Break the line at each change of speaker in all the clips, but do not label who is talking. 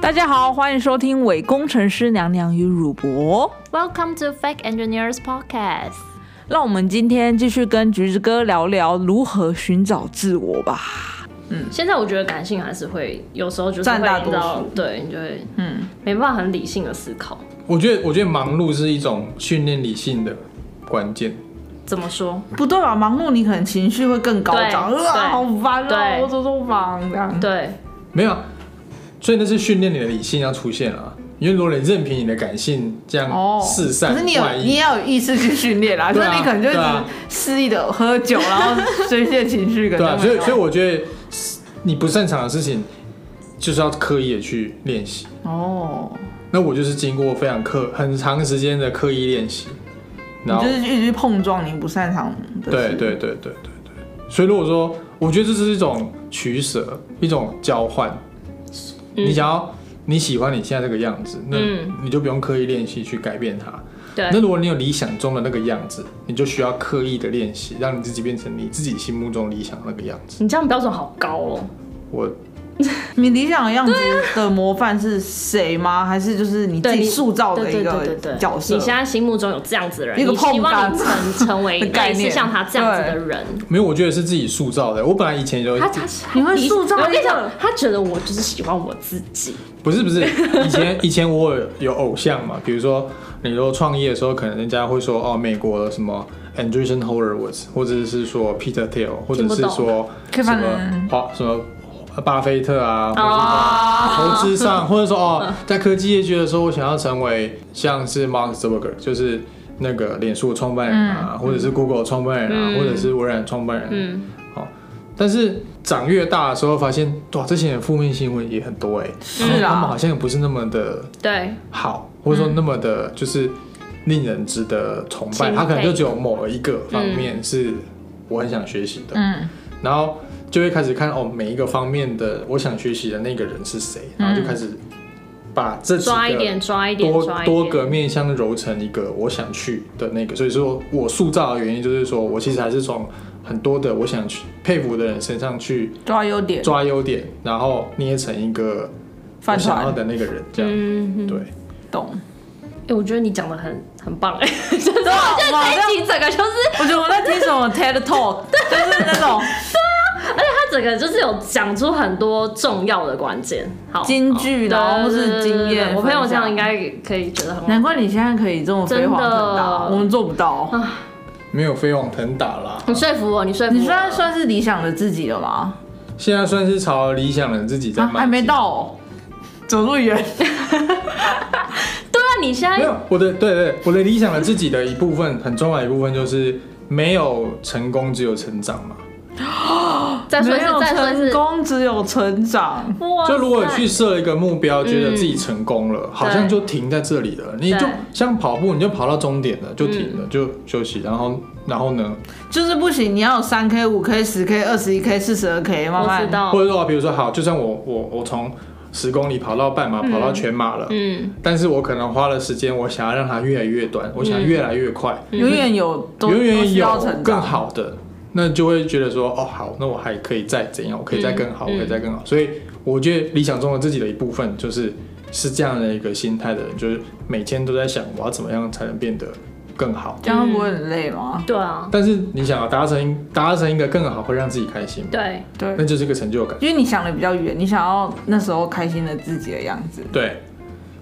大家好，欢迎收听《伪工程师娘娘与乳博》。
Welcome to Fake Engineers Podcast。
让我们今天继续跟橘子哥聊聊如何寻找自我吧。
现在我觉得感性还是会有时候就是
占
会
大
你知
多
道
数
对你就会嗯没办法很理性的思考。
我觉得，我觉得忙碌是一种训练理性的关键。
怎么说？
不对吧？忙碌你可能情绪会更高涨，
对
啊，
对
好烦啊！
对
我怎么都忙这样？
对，
没有啊，所以那是训练你的理性要出现啊。因为如果你任凭你的感性这样
哦，
四散
可是你有
外
你
溢，
也要有意识去训练啦，所
对啊
以你可能就一直
对啊
肆意的喝酒，然后宣泄情绪，可
对啊，
能
所以所以
以
我觉得你不擅长的事情，就是要刻意的去练习。
哦，
那我就是经过非常刻很长时间的刻意练习，
你
然后
就是一直碰撞你不擅长的
对
事
对对对对对，所以如果说，我觉得这是一种取舍，一种交换。
嗯
你想要你喜欢你现在这个样子，那
嗯
你就不用刻意练习去改变它。
对
那如果你有理想中的那个样子，你就需要刻意的练习，让你自己变成你自己心目中理想的那个样子。
你这样标准好高哦。
我
你理想的样子的模范是谁吗？还是就是你自
对
己
你
塑造
对
的一
对对
个
对对，
角色？
你现在心目中有这样子的人，
一个
你希望
碰杆
你成成 为
的概
类似
念
像他这样子的人。
没有，我觉得是自己塑造的。我本来以前就
他他
你会塑造
我跟
一
你
个
讲，他觉得我就是喜欢我自己。
不是不是，以前 以前我有有偶像嘛，比如说你如果创业的时候，可能人家会说哦，美国的什么 Anderson Horowitz，或者是说 Peter Thiel，或者
听不
是
懂
说
可以
什
翻
么华什么巴菲特啊，或者是说
啊
哦，
投资上，或者说哦，在科技业界的时候，我想要成为像是 Mark Zuckerberg，就是那个脸书的创办人啊，或者是 Google 的创办人啊，
嗯
或者是微软的创办人。啊
嗯，
但是长越大的时候，发现哇，这些人负面新闻也很多哎、
是
然后他们
啊
好，像也不是那么的
对，
好，或者说那么的，就是令人值得崇
钦
拜。
佩
他可能就只有某一个方面是我很想学习的，
嗯，
然后就会开始看哦，每一个方面的我想学习的那个人是谁，然后就开始把这几
嗯抓一
个
点，抓一点，
多
抓一点。
多个面向揉成一个我想去的那个。所以说我塑造的原因就是说我其实还是从很多的我想去佩服的人身上去
抓优点，
抓优点，然后捏成一个我
饭
想要
团，
的那个人，这样、
嗯，
对。
懂？
哎、我觉得你讲的很很棒哎、
对啊，哇这样
这一集整个就是
我觉得我在听什么 TED Talk，就是那种
他整个就是有讲出很多重要的关键，好，
金句，
对
然后
对
是
对
经
对
验。
对我朋友这样应，该可以觉得很好。
难怪你现在可以这么飞黄腾达，
真的
我们做不到。
啊
没有飞往腾达啦。
你说服我，你说服我，
你现在算是理想的自己了吗？
现在算是朝理想人自己在
啊，
迈进、
还没到哦，走路远。
对啊，你现
没
在
有我的对对，我的理想的自己的一部分，很重要的一部分就是没有成功，只有成长嘛。
再说一
没有
次，再说一
成
次，
功，只有成长。
哇
就如果去
塞
设一个目标，觉得自己成功了，好像就停在这里了。你就
对
像跑步，你就跑到终点了，就停了，就休息。然后，然后呢？
就是不行，你要有三 K、五 K、十 K、二十一 K、四十二 K，慢慢。
我知。道
或，者说，比如说，好，就算我我我从十公里跑到半马，跑到全马了，
嗯，
但是我可能花了时间，我想要让它越来越短，我想越来越快，
永远有，都
永
都
远
需要成
有
长
更。好的，那就会觉得说，哦，好，那我还可以再怎样，我可以再更好，
嗯
我可以再更好。所以我觉得理想中的自己的一部分，就是是这样的一个心态的人，就是每天都在想我要怎么样才能变得更好。
这样不会很累吗？
对啊，
但是你想啊，达成达成一个更好，会让自己开心吗，
对，
对
那，就是一个成就感。
因为你想的比较远，你想要那时候开心的自己的样子。
对，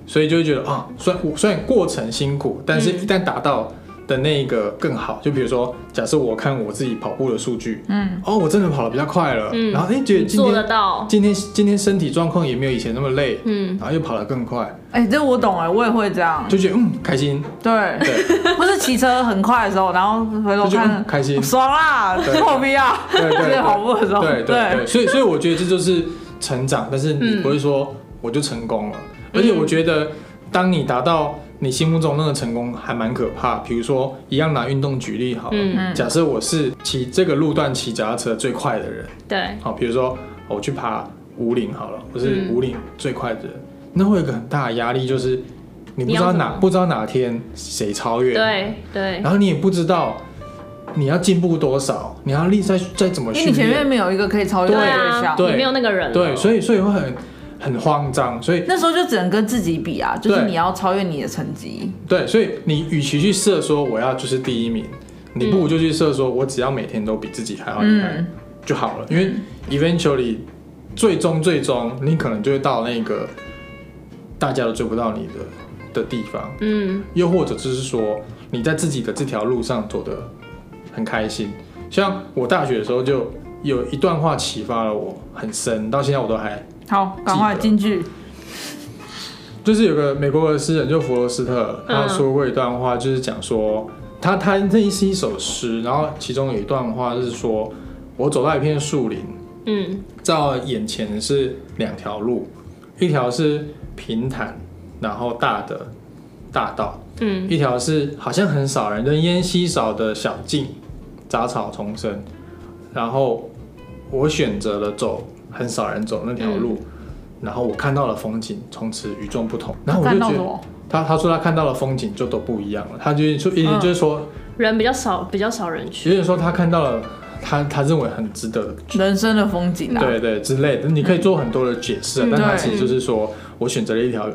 所以就会觉得啊，虽然我虽然过程辛苦，但
嗯
是一旦达到的那个更好，就比如说，假设我看我自己跑步的数据，嗯，哦，我真的跑得比较快了，
嗯
然后哎、觉得
你
今
做得
天
到，
今天今天身体状况也没有以前那么累，
嗯，
然后又跑得更快，
哎、这我懂哎、我也会这样。
就觉得嗯开心，
对，
对
或是骑车很快的时候，然后回头
就觉得
看
嗯，开心，
爽啦，
对
破逼啊！
对 对
就是
对
跑步的时候，
对对对，所以所以我觉得这就是成长，但是
嗯
你不会说我就成功了，而且我觉得当你达到你心目中那个成功，还蛮可怕。比如说，一样拿运动举例好了，
嗯，
假设我是骑这个路段骑脚踏车最快的人，
对，
好，比如说我去爬五岭好了，我是
嗯
五岭最快的人，那会有一个很大的压力，就是你不知
你要
道
怎么
哪不知道哪天谁超越，
对，对，
然后你也不知道你要进步多少，你要力再再怎么
因为
训
你前
练
面。没有一个可以超越的
对啊
对象。
对
你没有那个人了，
对，所以所以会很很慌张，所以
那时候就只能跟自己比啊，就是
对
你要超越你的成绩。
对，所以你与其去设说我要就是第一名，你不如就去设说我只要每天都比自己还要厉害、
嗯
就好了，因为 eventually 最终最终你可能就会到那个大家都追不到你的的地方，
嗯，
又或者就是说你在自己的这条路上走得很开心。像我大学的时候就有一段话启发了我很深，到现在我都还
好，赶快进去。
就是有个美国的诗人，就弗罗斯特，
嗯
他说过一段话，就是讲说他他那是一首诗，然后其中有一段话是说，我走到一片树林，
嗯
在我眼前是两条路，一条是平坦，然后大的大道，
嗯
一条是好像很少人，人烟稀少的小径，杂草丛生。然后我选择了走很少人走那条路，
嗯
然后我看到了风景，从此与众不同。然后我就
看到
觉
什
得
么？
他他说他看到了风景就都不一样了，他就是说，也就是说，
人比较少，比较少人去。
也就是说他看到了他他认为很值得的
人生的风景啊。
对对之类的，你可以做很多的解释啊，
嗯
但他
对
其实就是说我选择了一条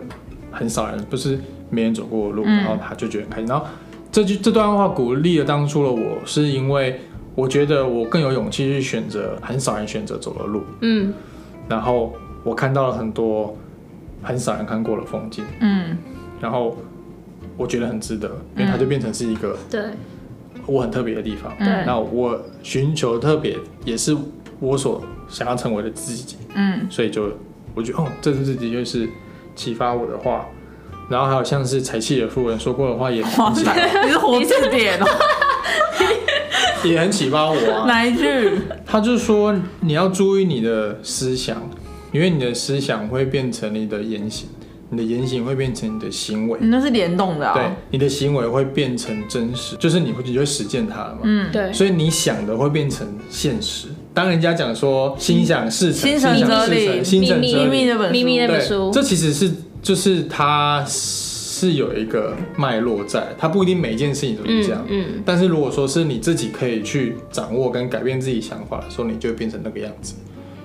很少人，不是没人走过的路，
嗯
然后他就觉得很开心。然后这句这段话鼓励了当初的我，是因为我觉得我更有勇气去选择很少人选择走的路，
嗯
然后我看到了很多很少人看过的风景，
嗯，
然后我觉得很值得，因为它就变成是一个
对
我很特别的地方。
嗯
对，
那我寻求特别，也是我所想要成为的自己。
嗯，
所以就我觉得哦，这是的确是启发我的话。然后还有像是柴契尔夫人说过的话也
哇
很启
塞，你是活字典 哦，
也很启发我啊。
哪一句？
他就说你要注意你的思想，因为你的思想会变成你的言行，你的言行会变成你的行为，
你那是联动的
对
啊。，
你的行为会变成真实，就是你会你就会实践它了嘛。
嗯，
对，
所以你想的会变成现实。当人家讲说心想事成，
心诚
想
则
事
灵
成心诚
秘密
则
秘密
灵，
那本书，
秘密那本
对，
书
这其实是就是它是有一个脉络在，它不一定每一件事情都是这样
嗯。嗯
但是如果说是你自己可以去掌握跟改变自己想法的时候，你就会变成那个样子。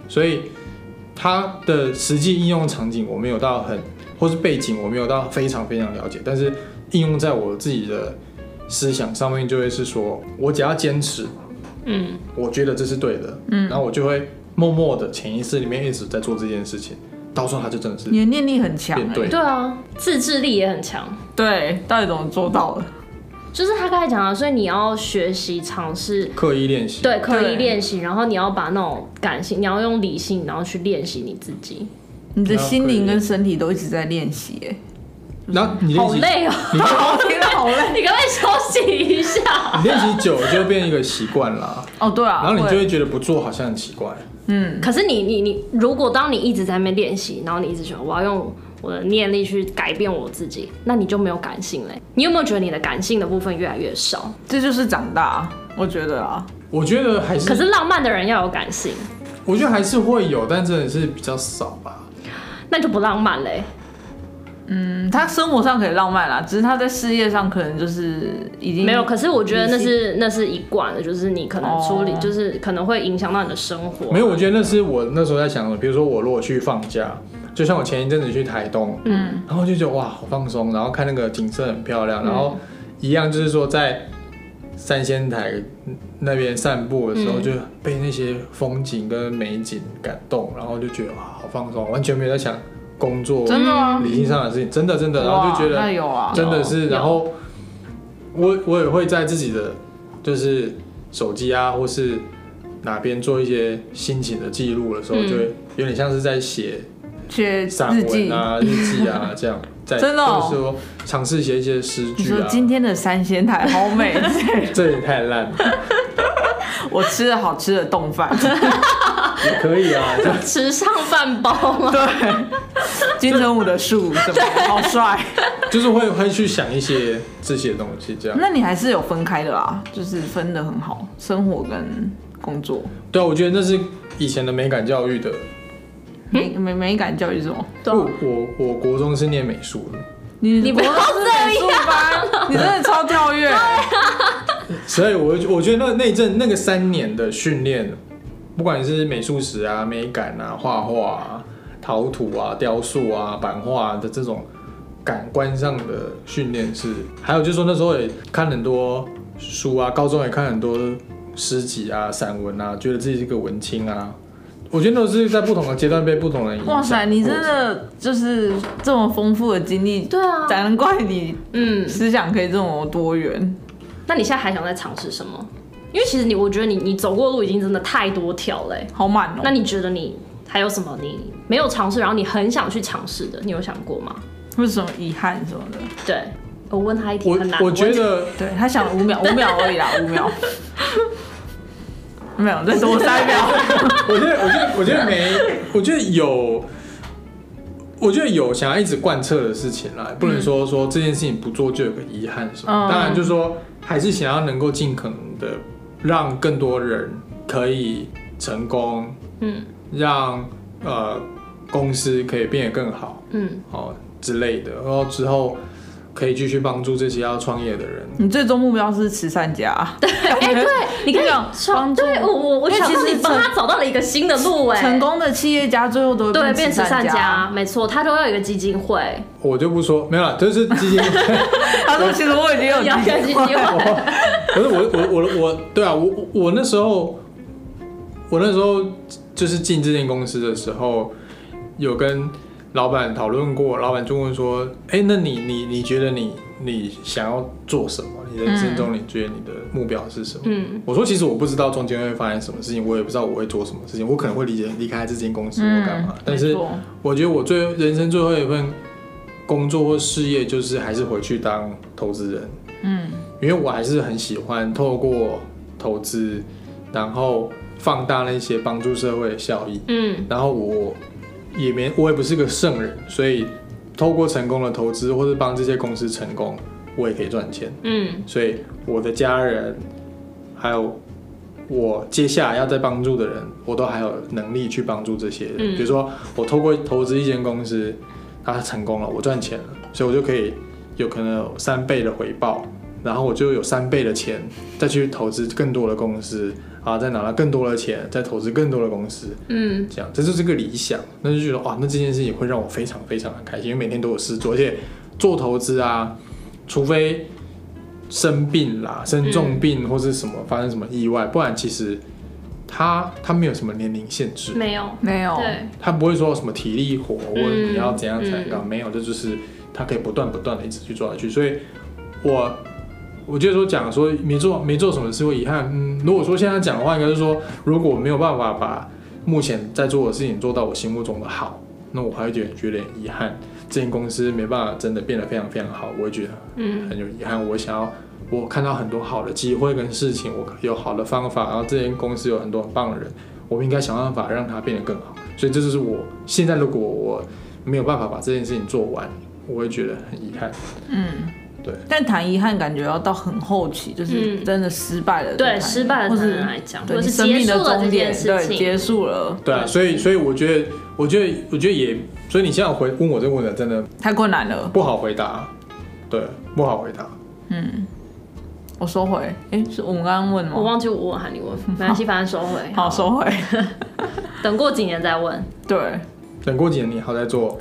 所以它的实际应用场景我没有到很，或是背景我没有到非常非常了解，但是应用在我自己的思想上面，就会是说我只要坚持，
嗯，
我觉得这是对的，嗯，然后我就会默默的潜意识里面一直在做这件事情，到时候它就真的是
你的念力很强、
变
欸。
对。
对啊，自制力也很强。
对，到底怎么做到的？
就是他刚才讲的，所以你要学习尝试，
刻意练习，
对，刻
对
意练习，然后你要把那种感性，你要用理性，然后去练习你自己。
你的心灵跟身体都一直在练习、欸，
然后你练
好
习，
累哦，
你
哦，天哪，好累。
你可不可以休息一下？
你练习久了就会变一个习惯啦，
哦，对啊，
然后你
会
就会觉得不做好像很奇怪。
嗯，
可是你你你，如果当你一直在那边练习，然后你一直觉得我要用我的念力去改变我自己，那你就没有感性嘞。你有没有觉得你的感性的部分越来越少？
这就是长大，我觉得啊，
我觉得还是，
可是浪漫的人要有感性，
我觉得还是会有，但真的是比较少吧。
那就不浪漫嘞。
嗯，他生活上可以浪漫啦，只是他在事业上可能就是已经
没有，可是我觉得那
理
是那是一贯的，就是你可能处理，
哦
就是可能会影响到你的生活。
没有，我觉得那是我那时候在想的，比如说我如果去放假，就像我前一阵子去台东，
嗯，
然后就觉得哇好放松，然后看那个景色很
嗯
漂亮，然后一样就是说在三仙台那边散步的时候，
嗯
就被那些风景跟美景感动，然后就觉得哇好放松，完全没有在想工作
真的
嗯
吗？
理性上的事情，真的真的，然后就觉得
哇那有啊，
真的是，
有
然后我我也会在自己的就是手机啊，或是哪边做一些心情的记录的时候，
嗯
就会有点像是在写
写
散
日
文
记。
啊、日 记啊这样，在
真的哦
或者说尝试写一些诗
你
句
说
啊。
今天的三仙台好 美，
这也太烂了，
我吃了好吃的冻饭，
也可以啊，这
吃上饭包啊，
金城武的树什么好 帅。
就是会会去想一些这些东西这样。
那你还是有分开的啦，就是分的很好，生活跟工作。
对啊，我觉得那是以前的美感教育的。
美美美感教育是什么？
对
我我我国中是念美术的，
你
你不要这
样，你真的超跳跃。
所以我我觉得那那一阵那个三年的训练，不管是美术史啊、美感啊、画画啊，陶土啊、雕塑啊、版画、的这种感官上的训练是，还有就是说那时候也看很多书啊，高中也看很多诗集啊、散文啊，觉得自己是个文青啊。我觉得都是在不同的阶段被不同的人影响。
哇塞，你真的就是这么丰富的经历，
对啊，
难怪你
嗯，
思想可以这么多元。
那你现在还想再尝试什么？因为其实你，我觉得你你走过的路已经真的太多条嘞、
好满哦、
那你觉得你还有什么你没有尝试，然后你很想去尝试的？你有想过吗？
为什么遗憾什么的？
对，我问他一题
我
很难
我
问。
觉得
对他想了五秒，五秒而已啦，五秒。没有，再多三秒。
我觉得，我觉得，我觉得没，我觉得有，我觉得有想要一直贯彻的事情啦，不能说说这件事情不做就有个遗憾什么。
嗯
当然，就是说还是想要能够尽可能的让更多人可以成功，
嗯
让呃公司可以变得更好
嗯，
哦之类的，然后之后可以继续帮助这些要创业的人。
你最终目标是慈善家啊，
哎、对，你可以
想
创，对我我我
因为
想
其
到
实
你帮他找到了一个新的路哎、
成功的企业家最后都会
对变慈
慈
善
家
家，。没错，他都要有一个基金会，
我就不说没有了，就是基金。
他说：“其实我已经有
要有基
基
金
金 了。
会，
可是我我我我对啊，我我我那时候，我那时候就是进这间公司的时候，有跟老板讨论过，老板就问说：“哎、那你你你觉得你你想要做什么？你人生中你觉得你的目标是什么？”
嗯
我说：“其实我不知道中间会发生什么事情，我也不知道我会做什么事情，我可能会离开离开这间公司或
嗯
干嘛，但是我觉得我最人生最后一份工作或事业，就是还是回去当投资人。
嗯，
因为我还是很喜欢透过投资，然后放大那些帮助社会的效益。
嗯
然后我也没，我也不是个圣人，所以透过成功的投资或是帮这些公司成功，我也可以赚钱。
嗯
所以我的家人，还有我接下来要再帮助的人，我都还有能力去帮助这些人。
嗯
比如说，我透过投资一间公司，它成功了，我赚钱了，所以我就可以有可能有三倍的回报，然后我就有三倍的钱再去投资更多的公司，啊，再拿到更多的钱，再投资更多的公司，
嗯，
这样，这就是个理想。那就觉得哇，那这件事情会让我非常非常的开心，因为每天都有事做，而且做投资啊，除非生病啦、生重病或是什么发生什么意外，不然其实它它没有什么年龄限制，
没有，
没有，
对，
它不会说什么体力活或者你要怎样才
嗯
干，没有，这就是它可以不断不断的一直去做下去。所以我我就是说讲说没做没做什么事会遗憾，嗯，如果说现在讲的话，应该是说如果没有办法把目前在做的事情做到我心目中的好，那我还会觉得觉得遗憾，这间公司没办法真的变得非常非常好，我会觉得
嗯
很有遗憾。我想要我看到很多好的机会跟事情，我有好的方法，然后这间公司有很多很棒的人，我们应该想办法让它变得更好。所以这就是我现在如果我没有办法把这件事情做完，我会觉得很遗憾。
嗯，
对。
但谈遗憾，感觉要到很后期，就是
嗯
真的失败了，
对，失败了
或
才能
是
来讲，或
对
者
你
是
生
结
命
束
的
了这
终
件
点，
事
对，
情，
结束了，
对啊，所以所以我觉得，我觉得，我觉得也，所以你现在回问我这个问题，真的
太困难了。
不好回答，对，不好回答。
我收回，哎、是我们刚刚问
我
吗？
忘记我问还是 你问，没关系，反正收回，
好，收回。
等过几年再问。
对，
等过几年你好再做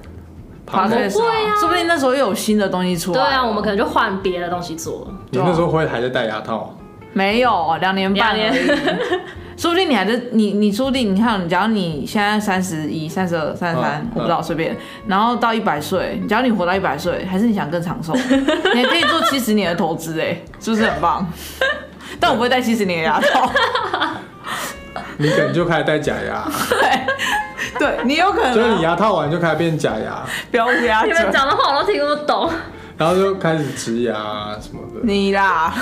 爬
工
对
不会啊
说不定那时候又有新的东西出来
对
了。
啊，我们可能就换别的东西做了。
你那时候会还在戴牙套？
没有两年半
两
而已，说不定你还在你你说不定你看，假如你现在三十一、三十二、三十三
嗯，
我不知道随便，然后到一百岁，假如你活到一百岁，还是你想更长寿，你还可以做七十年的投资，哎，是不是很 棒？但我不会戴七十年的牙套，
你可能就开始戴假牙，
对你有可
就是你
能啊
牙套完就开始变假牙，
不要乌鸦
你们
嘴，
讲的话我都听不懂。
然后就开始植牙啊什么的。
你 啦。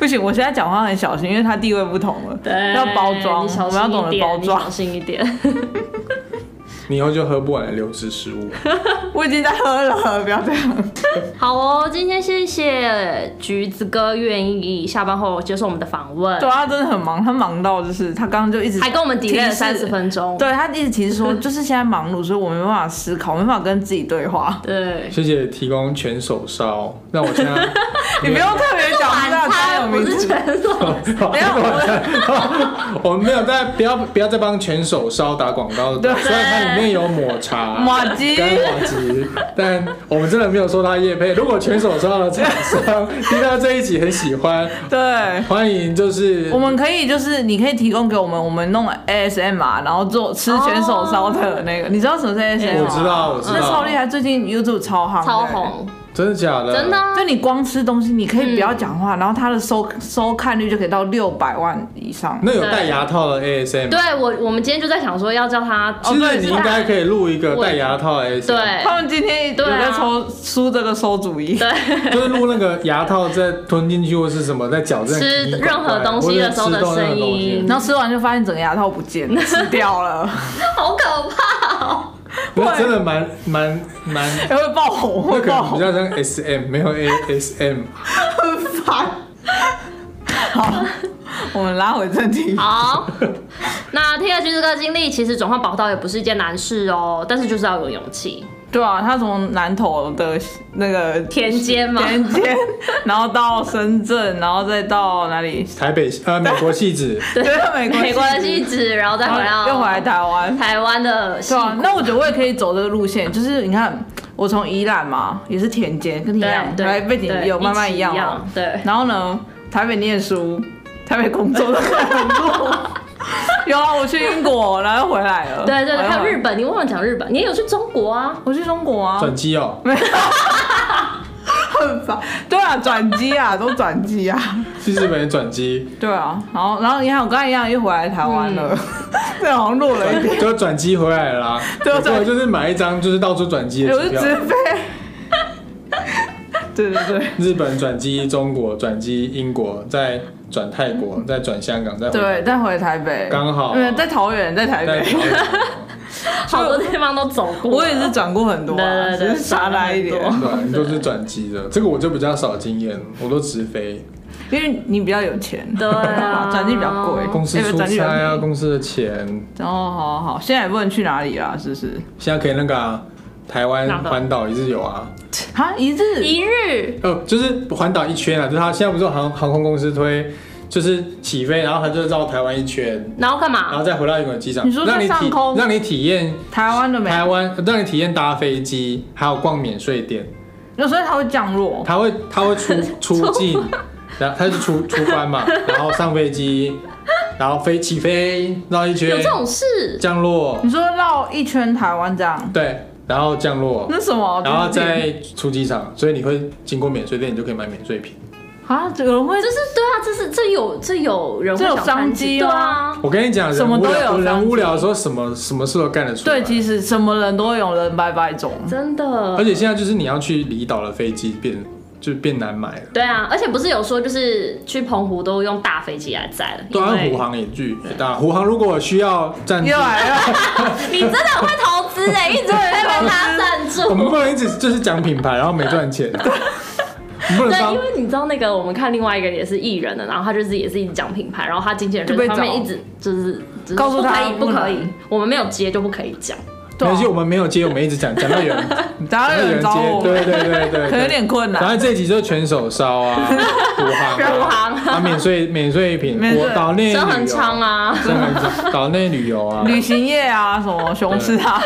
不行，我现在讲话很小心，因为它地位不同了，
对，
要包装，
你小
我
心
们要懂得
一点
包
你
装
小。心一点。
你以后就喝不完的流质食物。
我我已经在喝了，不要这样。
好哦，今天谢谢橘子哥愿意下班后接受我们的访 问
对，啊他真的很忙，他忙到就是他刚刚就一直
还跟我们 delay 了
提示
三十分钟。
对他一直提示说，就是现在忙碌，所以我没办法思考，没办法跟自己对话。
对，
谢谢提供全手烧，让我现在
你不用特别讲出
晚
来他有
餐不
名
是
字，
全 手，
没 有我
我们没有在不要不要再帮全手烧打广告，虽然它里面有抹茶、
马吉
跟马吉，但我们真的没有说它叶配。如果全手烧的厂商听到这一集很喜欢，
对。
欢迎就是
我们可以就是，你可以提供给我们，我们弄 ASM r 然后做吃全手烧的那个，哦你知道什么是 ASM？r
啊
我知道我知道
那超厉害，最近 YouTube 超夯，
超。红，
真的假的？
真的。啊
就你光吃东西，你可以不要讲
嗯
话，然后它的收收看率就可以到六百万以上。
那有戴牙套的 ASM，
对我，我们今天就在想说要叫他，哦
其实你应该可以录一个戴牙套的 ASM，
对
他们今天有
对啊
在抽出这个馊主意，
就是录那个牙套在吞进去或是什么在矫正
吃
奇异怪
任何东西的时候的
或者吃任何东西
声音
然后吃完就发现整个牙套不见了， 吃掉了，
好可怕哦！
那真的蛮蛮蛮，
还会爆红，
那
会
可
爆
能比
红，
较像 S M，没有 A S M。
很烦。好，我们拉回正题。
好， 那听了橘子哥的经历，其实转换跑道也不是一件难事哦，但是就是要有勇气，
对啊，他从南投的那个
田间嘛，
田间，然后到深圳，然后再到哪里？
台北呃美国戏子，
对，美国
没关系，只然后再
然
回到
后 又回来台湾。
台湾的戏
对啊，那我觉得我也可以走这个路线，就是你看，我从宜兰嘛，也是田间，啊跟你一样，
对
来
对
背景也有
对
慢慢
一起
一
一
样哦嘛
样对
然后呢，台北念书，台北工作的很多。有啊，我去英国，然后又回来了。
对对，
我
对
又
还有
回
日
来，
本，你忘了讲日本，你也有去中国啊？
我去中国啊，
转机哦，
很烦。对啊，转机啊，都转机啊。
去日本也转 机，
对啊，然后然后你看我刚才一样又回来台湾了， 这、好像弱了一点。
就转机回来了啦。
对
不
转哎
过就是买一张就是到处转 机的
我
机
是
票，
直飞。对对对。
日本转机中国，转机英国，再转泰国，再转香港，再回
嗯对，再回台北，
刚好
对，在桃园，在台
再
北，
好多地方都走过，
我也是转过很多、啊，
对对
只
对
是傻来一点，
转 了
对，都是转机的。这个我就比较少经验，我都直飞，
因为你比较有钱，
对 啊
转机比较贵，
公司
哎不是
出
转机比
差
较便宜
啊，公司的钱，
哦，好好，现在也不能去哪里啦，是不是？
现在可以那个啊台湾
哪个
环岛一日游啊。
啊，一日
一日
呃，就是环岛一圈啊，就是他现在不是有航航空公司推，就是起飞，然后他就绕台湾一圈，
然后干
然
嘛
后？再回到原本机场，
你说在
让你体
上空
让你体验
台湾的没，
台湾，让你体验搭飞机，还有逛免税店，
有时候它会降落，
他会他会 出出境，然后他是出出关嘛，然后上飞机，然后飞起飞绕一
有
圈
这，种事？
降落，
你说绕一圈台湾这样，
对，然后降落。
那什么？
然后
就是
再出机场，所以你会经过免税店，你就可以买免税品。
啊，这个人会
这是对啊，这是这有这有人会
这有
想参
商机
对
吗
啊，
我跟你讲，
什
人
么
无
都
聊，
有
人
商
无
机
聊的时候，什么什么事都干得出来。
对，其实什么人都有人拜拜种，
啊真的
而。且现在就是你要去离岛的飞机变就变难买了，
对啊，而且不是有说就是去澎湖都用大飞机来载了，
对啊，
因为
虎航也巨也大，虎航如果需要赞助
又，来了。
你真的很会投资哎、一直有人在帮他赞
我们
助。
不能一直就是讲品牌，然后没赚 钱，我们不能
对，啊
帮
因。为你知道那个我们看另外一个也是艺人啊的，然后他就是也是一直讲品牌，然后他经纪人就
就被
是方面
找
一直就是就是
告诉
不可
他
以不可
不
以
能，
我们没有接就不可以讲。
对啊
没关系，我们没有接，我们一直讲，讲 到有人，
然后
讲到
有人
人
找
接，
我，
对对对对，
可能有
对。
点困
然
难。
后这一集就是全手烧啊，虎航啊，
虎航
啊，免税免税品，
免
国
税
岛内旅游，
生恒昌啊，
深恒昌，岛内旅游啊，
旅行业啊，什么雄狮啊，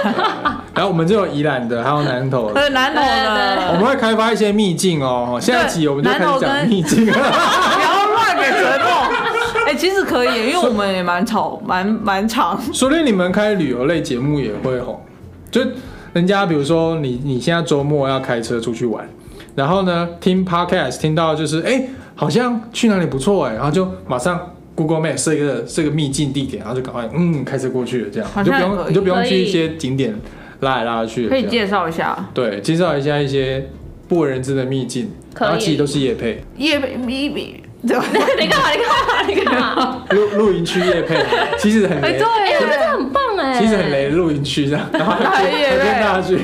然后我们就有宜兰的，还有南投的
还，有南投
对
我
的，
们会开发一些秘境哦。下一集我们就开始讲秘境，
不要乱给承诺。哎，其实可以，因为我们也蛮吵，蛮蛮长。
说不定你们开旅游类节目也会红。就人家比如说你你现在周末要开车出去玩，然后呢听 podcast 听到就是哎、好像去哪里不错哎，然后就马上 Google Map 设一个设一个秘境地点，然后就赶快嗯开车过去了这样，
好
你就
像
不
也可
用
以
你就不用
可
去
以
一些景点拉来拉去的
可以
这样。
介绍一下
对，介绍一下一些不为人知的秘境，
可以
然后其实都是夜配
夜一 比，对吧？
你干嘛？你干嘛？你干嘛？
露露营区夜配，其实很
哎，
雷
对，
哎、我觉得很棒哎、
其实很雷的露营区这样，然 后还
还
还
也
跟大家去，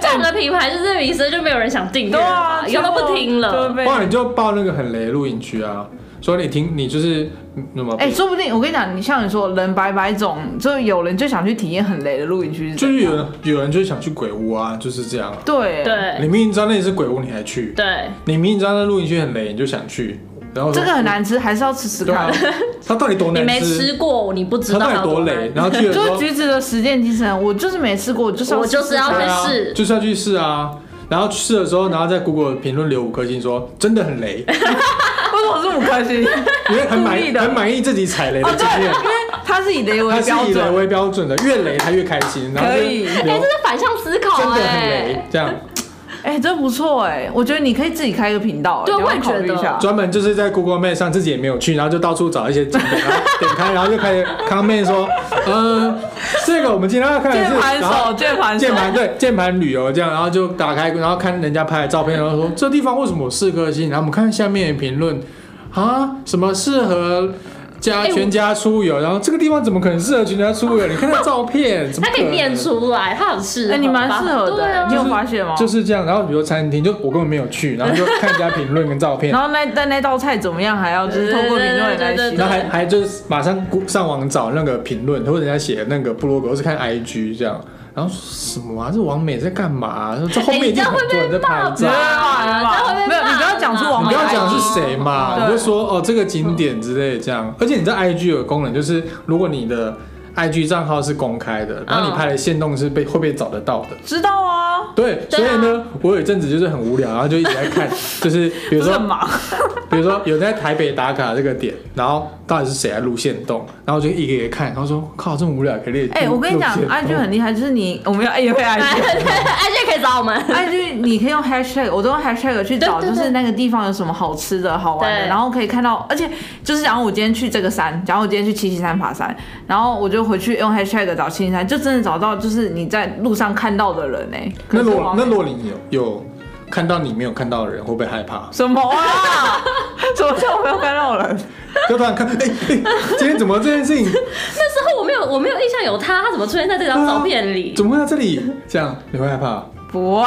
整个品牌就是名声就没有人想订阅
对啊
了，，以后都不听
就会
了。
被
不然你就报那个很雷的露营区啊，说你听你就是那么
哎、说不定我跟你讲，你像你说人百百种，就有人就想去体验很雷的露营区是
就
怎样，
是有人有人就想去鬼屋啊，就是这样啊。
对
你
对
明明知道那里是鬼屋，你还去；
对，
你明明知道那露营区很雷，你就想去。然后
这
说
个很难吃，还是要吃吃
对啊
看。，
它到底多
你
难
没吃过，你不知
它
道
到
它有
底多
难
雷？然后去了
就
之
是
后，
橘子的实践精神，我就是没吃过，我就是要
我就是
吃吃
要
看
去
对啊
试
就是要去试啊。然后试的时候，然后在 Google 评论留五颗星，说真的 很 雷，
为什么是五颗 星？
因为很满
故意
意，
的
很满意自己踩雷的
哦，
经
对，
验。
因为它是以雷为
他是
标
以雷
准，
为标准的，越雷他越开心。然后就
可以
哎、
留
这是反向思
真
考
的很
哎、
雷，这样
哎、这不错哎、我觉得你可以自己开一个频道、哎
对
你要
我也
考虑
觉得
一下。
专门就是在 Google Map 上自己也没有去，然后就到处找一些景点，然后点开，然后就开始 comment 说，呃，这个我们今天要看的
键
是，
盘
然
手，
后
键盘手
键，盘对键盘旅游这样，然后就打开，然后看人家拍的照片，然后说这地方为什么有四颗星，然后我们看下面的评论啊，什么适合。家
哎我
全家出游，然后这个地方怎么可能适合全家出游？你看那照片，怎么
它可以
能
念出来，它很适合
哎、
吧。
你蛮适合的、
对
哎
啊
你，有发现吗？
就是这样。然后比如说餐厅，就我根本没有去，然后就看人家评论跟照片，
然后那那那道菜怎么样，还要就是透过评论来
对对对
写
对对
然后还还就是马上 Go- 上网找那个评论，或者人家写那个部落格，或是看 IG 这样。然后说什么啊？这王美在干嘛、这后
哎
面一定很多人在拍
对
照。
啊
对吧
这会被骂
没有，你不要讲出王
你
美
不
的 IG，
要讲是谁嘛，
对
你就说哦这个景点之类这样。而且你在 IG 有个功能，就是如果你的 IG 账号是公开
嗯
的，然后你拍的线动是被会被找得到的。
知道啊，
对，所
对啊
以呢，我有一阵子就是很无聊，然后就一直在看，就是
不
比如
是
说
很忙，
比如说有人在台北打卡这个点，然后到底是谁在路线动，然后我就一个一个看，然后说靠，这么无聊可以列。哦
哎、我跟你讲
路线动
哦
，IG 很厉害，就是你我们要也会
哎
IG。
而且可以找我们。
IG 你可以用 hashtag，我都用 hashtag 去找，
对
就
对对
是那个地方有什么好吃的、好玩的，
对
然后可以看到，而且就是假如我今天去这个山，假如我今天去七七山爬山，然后我就回去用 hashtag 找七七山，就真的找到就是你在路上看到的人呢、哎可
那
是
如
我？
果那如果你有有看到你没有看到的人，会不会害怕
什么啊？ 什么叫我没有看到人？
就突然看，哎、哎今天怎么这件事 情
那时候我没有，我没有印象有他，他怎么出现在这张照片里？
怎么会在这里？这样你会害怕
不会，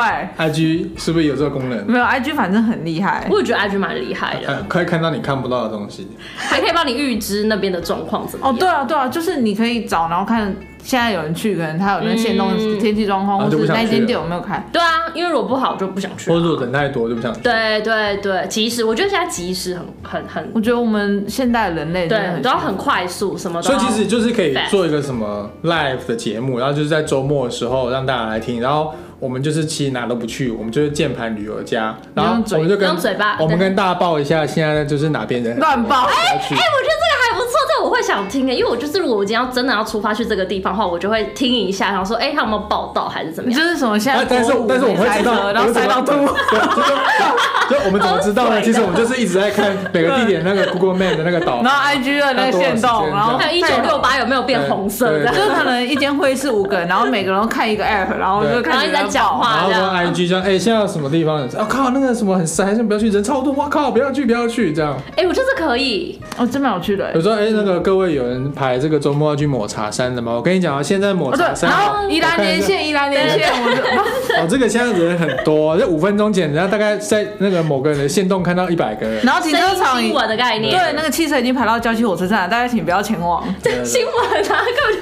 ？IG 是不是有这个功能？
没有 IG 反正很厉害。
我也觉得 IG 蛮厉害的，
看可以看到你看不到的东西，
还可以帮你预知那边的状况怎么
哦，
样。
对啊，对啊，就是你可以找，然后看现在有人去，可能他有那线动
嗯
天气状况，
啊
或
就不
是
想
那
去
间
了
店有没有开。
对啊，因为如果不好就不想去
或者
了。
我等太多就不想去。
对对对，及时，我觉得现在及时很很很，
我觉得我们现代人类真的
对，
很
都要
幸福
很快速，什么都
所以
要。
其实就是可以
Fast
做一个什么 live 的节目，然后就是在周末的时候让大家来听，然后我们就是其实哪都不去，我们就是键盘旅游家，然
用
后
嘴
我们就跟
用嘴巴
我们跟大家报一下现在就是 哪边人
乱报。
要去
哎、，我觉得这个还不错，这个我会想听的，因为我就是如果我今天要真的要出发去这个地方的话，我就会听一下，然后说，哎、他有没有报道还是怎么样？
就是什么现在
啊但哎但是
国五
但是我
没
们会
塞
知
车
道，
然后塞到吐。
我们怎么 对，就就就我们怎么知道呢？其实我们就是一直在看每个地点那个 Google Map 的那个 导
然后 IG 的那个线
那多少时
动，
间
然后
还有一九 六八有没有变红色
对
这
对
样
就？是可能一间会议室五个人，然后每个人都看一个 app，然后 就
然后
看
一直在
人家
讲
报
话
然后
这
说
样。
IG 这样，哎、现在有什么地方很塞？啊靠，那个什么很塞，先不要去，人超多，哇靠，不要去，不要去，这样。
哎、我觉得这可以，
哦，真蛮有趣的
有
欸。
时候哎，那个各位有人排这个周末要去抹茶山的吗？我跟你讲啊，现在抹
哦对
茶，山
然后宜兰连线，宜兰连线，我就，。
哦，这个现在人很多，这五分钟前，人家大概在那个某个人的线动看到一百个人
然后停车场
新
已
闻的概念，
对那个汽车已经排到郊区火车站了，大家请不要前往。
对对 对
新闻啊，根本就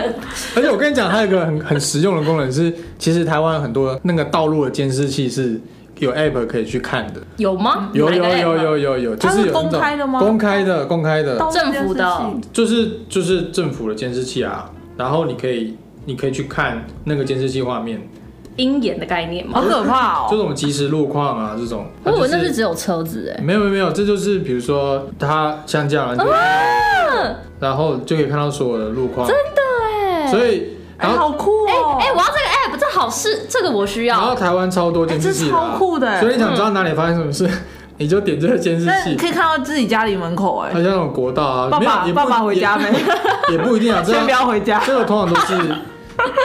新闻。
而且我跟你讲，还有一个很很实用的功能是，其实台湾很多那个道路的监视器是有 app 可以去看的，
有吗？
有
哪一
有
个 app
有有有有，就
它是
有那种
公开的吗
公开的，公开的，
政府的
就是就是政府的监视器啊，然后你可以你可以去看那个监视器画面，
鹰眼的概念吗？
好可怕
这
哦！
种即时路况啊，这种。
我以为那
就是
只有车子哎、
没有没有没有，这就是比如说它像这样，
哦
哎啊
然后就可以看到所有的路况，真的哎，所以
哎，
然后
好酷哦！
哎、我要这个 app，这好事，这个我需
然后
要。
台湾超多监视器的啊
哎这超酷的哎
所以你想知道哪里发生什么事， 你就点这个监视
那
器，
可以看到自己家里门口哎
好，像那种国道啊，
爸
没有
爸
也不
爸爸回家没？
也也不一定啊，这
先不
样
要回家。
这个通常 都是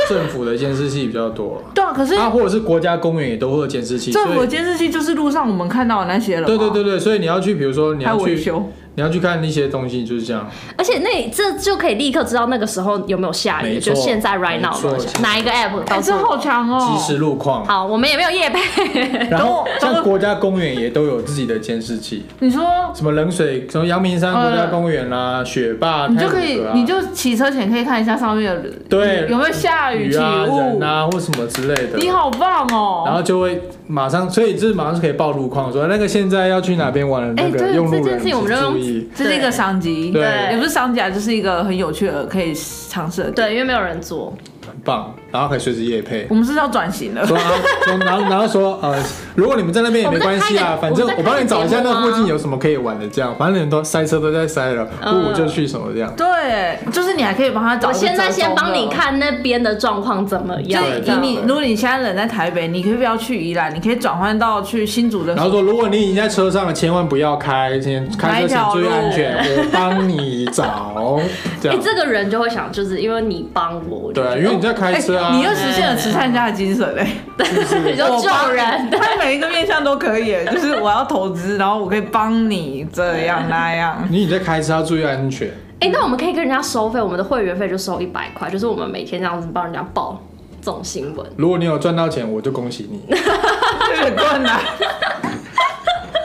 政府的监视器比较多，
对啊，可是
啊，或者是国家公园也都会有监视器，所
政府
以
监视器就是路上我们看到的那些人嘛。
对对对对，所以你要去，比如说你
还
要
有维
去
修，
你你要去看那些东西就是这样。
而且那这就可以立刻知道那个时候有没有下雨，
没错
就现在 right now
没错
有没有下哪一个
哎，
app 告诉
这
我。
好强哦！
即时路况，
好，我们也没有夜配，
然
等
后
我等
像
我
国家公园也都有自己的监视器，
你说
什么冷水，什么阳明山
嗯
国家公园啦、雪霸，
你就
太
可
鲁
以
阁啊，
你就骑车前可以看一下上面的
对
有没有下雨
雨
起
啊、
雾
人，啊或什么之类的。
你好棒
然
哦！
后就会马上，所以这马上是可以报路况，说那个现在要去哪边玩的那
哎
个
对
用路
这件
人
事情我们
请
就
注
用
意。
这是一个商机，
对
也不是商家，就是一个很有趣的可以尝试的。，
对，因为没有人做。
很棒，然后可以随时夜配。
我们是不是要转型了。
说啊，说然后然后说呃，如果你们在那边也没关系啊，
我
反
们在
正
开
我帮你找一下
我们在
那
开
附近有什么可以玩的，这样，反正你们都塞车都在塞了，不
嗯
如我就去什么这样。
对，就是你还可以帮他找。
我现在先帮你。看那边的状况怎么
就
样。
对
以
对
你，如果你现在人在台北，你可以不要去宜兰，你可以转换到去新竹的。
然后说，如果你已经在车上了，千万不要开，先开车请注意安全，我帮你找，这
哎、
样。
这个人就会想，就是因为你帮我，我就哦觉
对啊，
得
因为你在开车啊，
哎你又实现了慈善家的精神哎、
你就
哦
救人。
他每一个面向都可以、就是我要投资，然后我可以帮你这样那样。
你你在开车要注意安全。
哎、那我们可以跟人家收费，我们的会员费就收一百块，就是我们每天这样子帮人家报这种新闻。
如果你有赚到钱，我就恭喜你。
这很困难。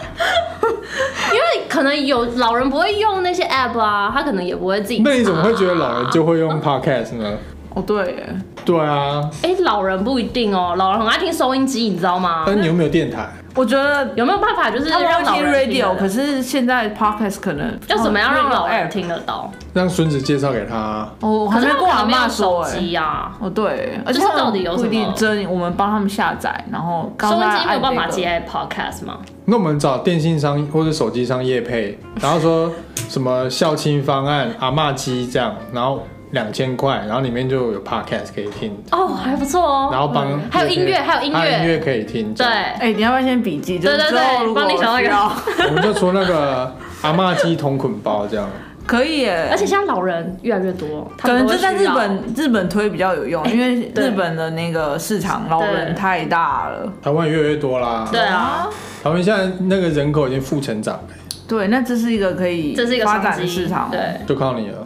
因为可能有老人不会用那些 app 啊，他可能也不会自己查。
那你怎么会觉得老人就会用 podcast 呢？
哦，对耶，
对啊，
哎、老人不一定哦，老人很爱听收音机，你知道吗？
但你又没有电台，
我觉得
有没有办法就是
他们
让
要
老
听
人
radio，可
是
是哦现在 podcast 可能
要怎么样让老人
app？
听得到？
让孙子介绍给他啊。
哦，我还
可是
没
他
跟
可
我阿
能没
妈
有手
说哎、
机啊，
哦，对，而且
就是
他们
到底有
不一
什么
定真，我们帮他们下载，然后告
收
诉
音
他
机没有办法
按这个
接 podcast 吗？
那我们找电信商或者手机商业配，然后说什么孝亲方案、阿嬷机这样，然后两千块，然后里面就有 podcast 可以听，
哦，还不错哦。
然后帮
还有音乐还有音乐
还有音乐可以听。这
对
样，
哎、你要不要先笔记？就是
对对
之后
对
如果
帮你想到
需
一个
要，
我们就出那个阿嬷机同捆包这样。
可以耶。
而且现在老人越来越多，他
可
们
能
都
就
会
在
需
日
要哎
本，日本推比较有用，因为
对
日本的那个市场老人
对
太大了。
台湾越来越多啦，
对啊，
哦
台湾现在那个人口已经负成长了，
对，那这是一个可以
这是一个
发
商
展的
机
市场。，
对，
就靠你 了。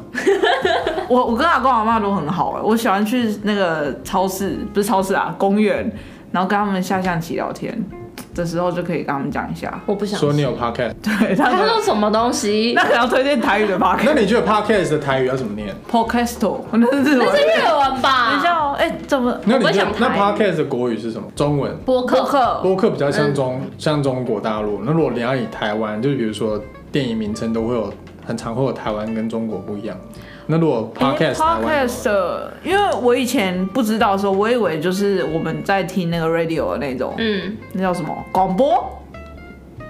我我跟阿公阿妈都很好哎，我喜欢去那个超市，不是超市啊，公园，然后跟他们下象棋聊天的时候就可以跟他们讲一下。
我不想
说你有 podcast，
对，他
他
们
说什么东西
那？可能要推荐台语的 podcast
那你觉得 podcast 的台语要怎么念？
podcast，那是日
那是
文。
日文啊吧？
等一下哦，哎，怎么
那你
我不
觉得
想
那
台
podcast 的国语是什么？中文？
播
播
客
客？
播客比较像中、
嗯
像中国大陆。那如果你要以台湾，就是比如说电影名称都会有，很常会有台湾跟中国不一样。那如果 podcast 台湾的话
podcast，因为我以前不知道的时候，我以为就是我们在听那个 radio 的那种，
嗯，
那叫什么广播？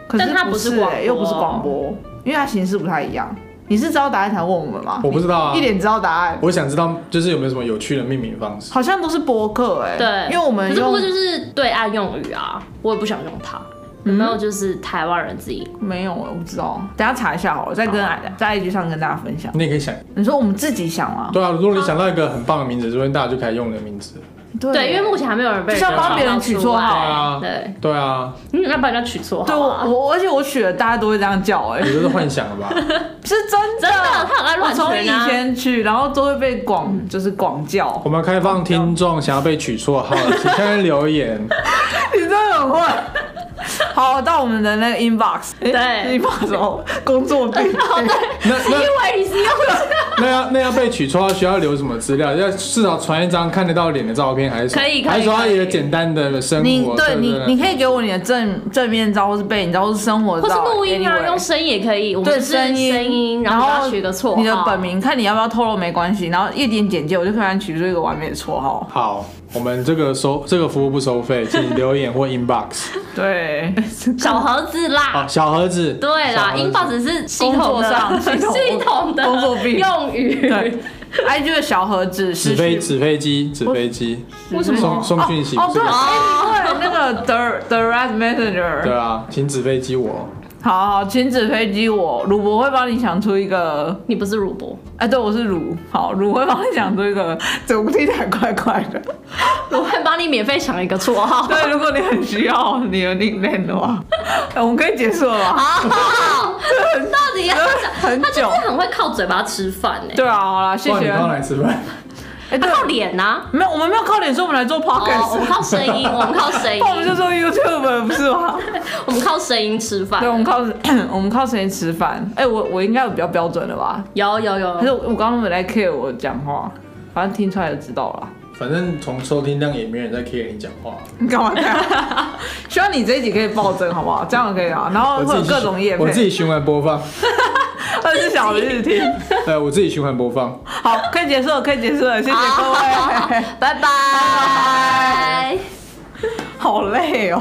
可
但它不
不
是
欸
广播啊
又不是广播，因为它形式不太一样。你是知道答案才问我们吗？
我不知道啊
一，点知道答案，
我想知道就是有没有什么有趣的命名方式。
好像都是播客哎、
对，
因为我们
可是不
用
过就是对岸用语啊，我也不想用它。
嗯
有没有就是台湾人自己？
没有我不知道，等一下查一下好了，再跟
啊
在 IG 上跟大家分享。
你也可以想，
你说我们自己想吗？
对啊，如果你想到一个很棒的名字，说不定大家就可以用你的名字。
对
对，因为目前还没有人被
就是要帮别人取绰号
人家
对
创造
啊
出来对，嗯
对啊，
你要帮人家取绰
对
号
我
啊。
我，而且我取了，大家都会这样叫哎、
你这是幻想了吧？
是真的。
嗯真的，他很爱
我
乱
从以
取啊。嗯
前取，然后都会被广就是广 叫，
我们开放听众想要被取绰号的，请先留言。
你真的很会。好，到我们的那个 inbox，对
对
，inbox 什么工作 病？
那
因
那
为你是用
那要那要被取绰号需要留什么资料？要至少传一张看得到脸的照片，还是什么
可以可以
还是说他
可以
一个简单的生
你
活？
对你，你
看
可以给我你的正正面照，或是背景照，或是生活
或是
照，
录音啊，
anyway
用声音也可以。我们
对
是
声音，
声音，
然
然后给
后
他取个绰号。
你的本名，看你要不要透露没关系。然后一点简介，我就可以取出一个完美的绰号。
好，我们这个收这个服务不收费，请留言或 inbox。
对，
小盒子啦
好，。小盒子。
对啦
啊小盒子
，inbox 是系统的
工作上系统
系统的
工作病
用语。
对，IG 的小盒子
纸
是
飞纸飞机纸飞机
为什
送
么？
送讯息
哦，
不是
对，
吗？
哎对，那个 The The Red Messenger，
对啊，请纸飞机我。
好好，亲子飞机我，鲁博会帮你想出一个，
你不是鲁博，
哎、对，我是鲁，好，鲁会帮你想出一个，总听起来怪怪的。
我会帮你免费想一个绰号。
对，如果你很需要你的 nickname 的话，哎我们可以结束了吧？
啊，到底子一样 讲，
很
他就
久
是。很会靠嘴巴吃饭哎、
对啊，好啦，谢
不然你
谢。
刚来吃饭，
哎，对
他，靠脸呐、
没有，我们没有靠脸说我们来做
哦，我
podcast，
们靠声音，我们靠 声音
那，我们就做 YouTube 不是 吗？
我们靠声音吃饭
对，。我们靠 我们靠谁吃饭？哎，我我应该有比较标准的吧？
有有有
可，是我我刚刚没来 care 我讲话，反正听出来就知道了啦。
反正从收听量也没人在 care 你讲话。
你干嘛这样？ 希望你这一集可以暴增，好不好？这样可以啊。然后
我
会
自
有
己
各种夜配，
我自己循环播放，
二十四小时听。
呃，我自己循环播放。
好，可以结束了，可以结束了， 谢谢 各位。
拜拜。
好累哦。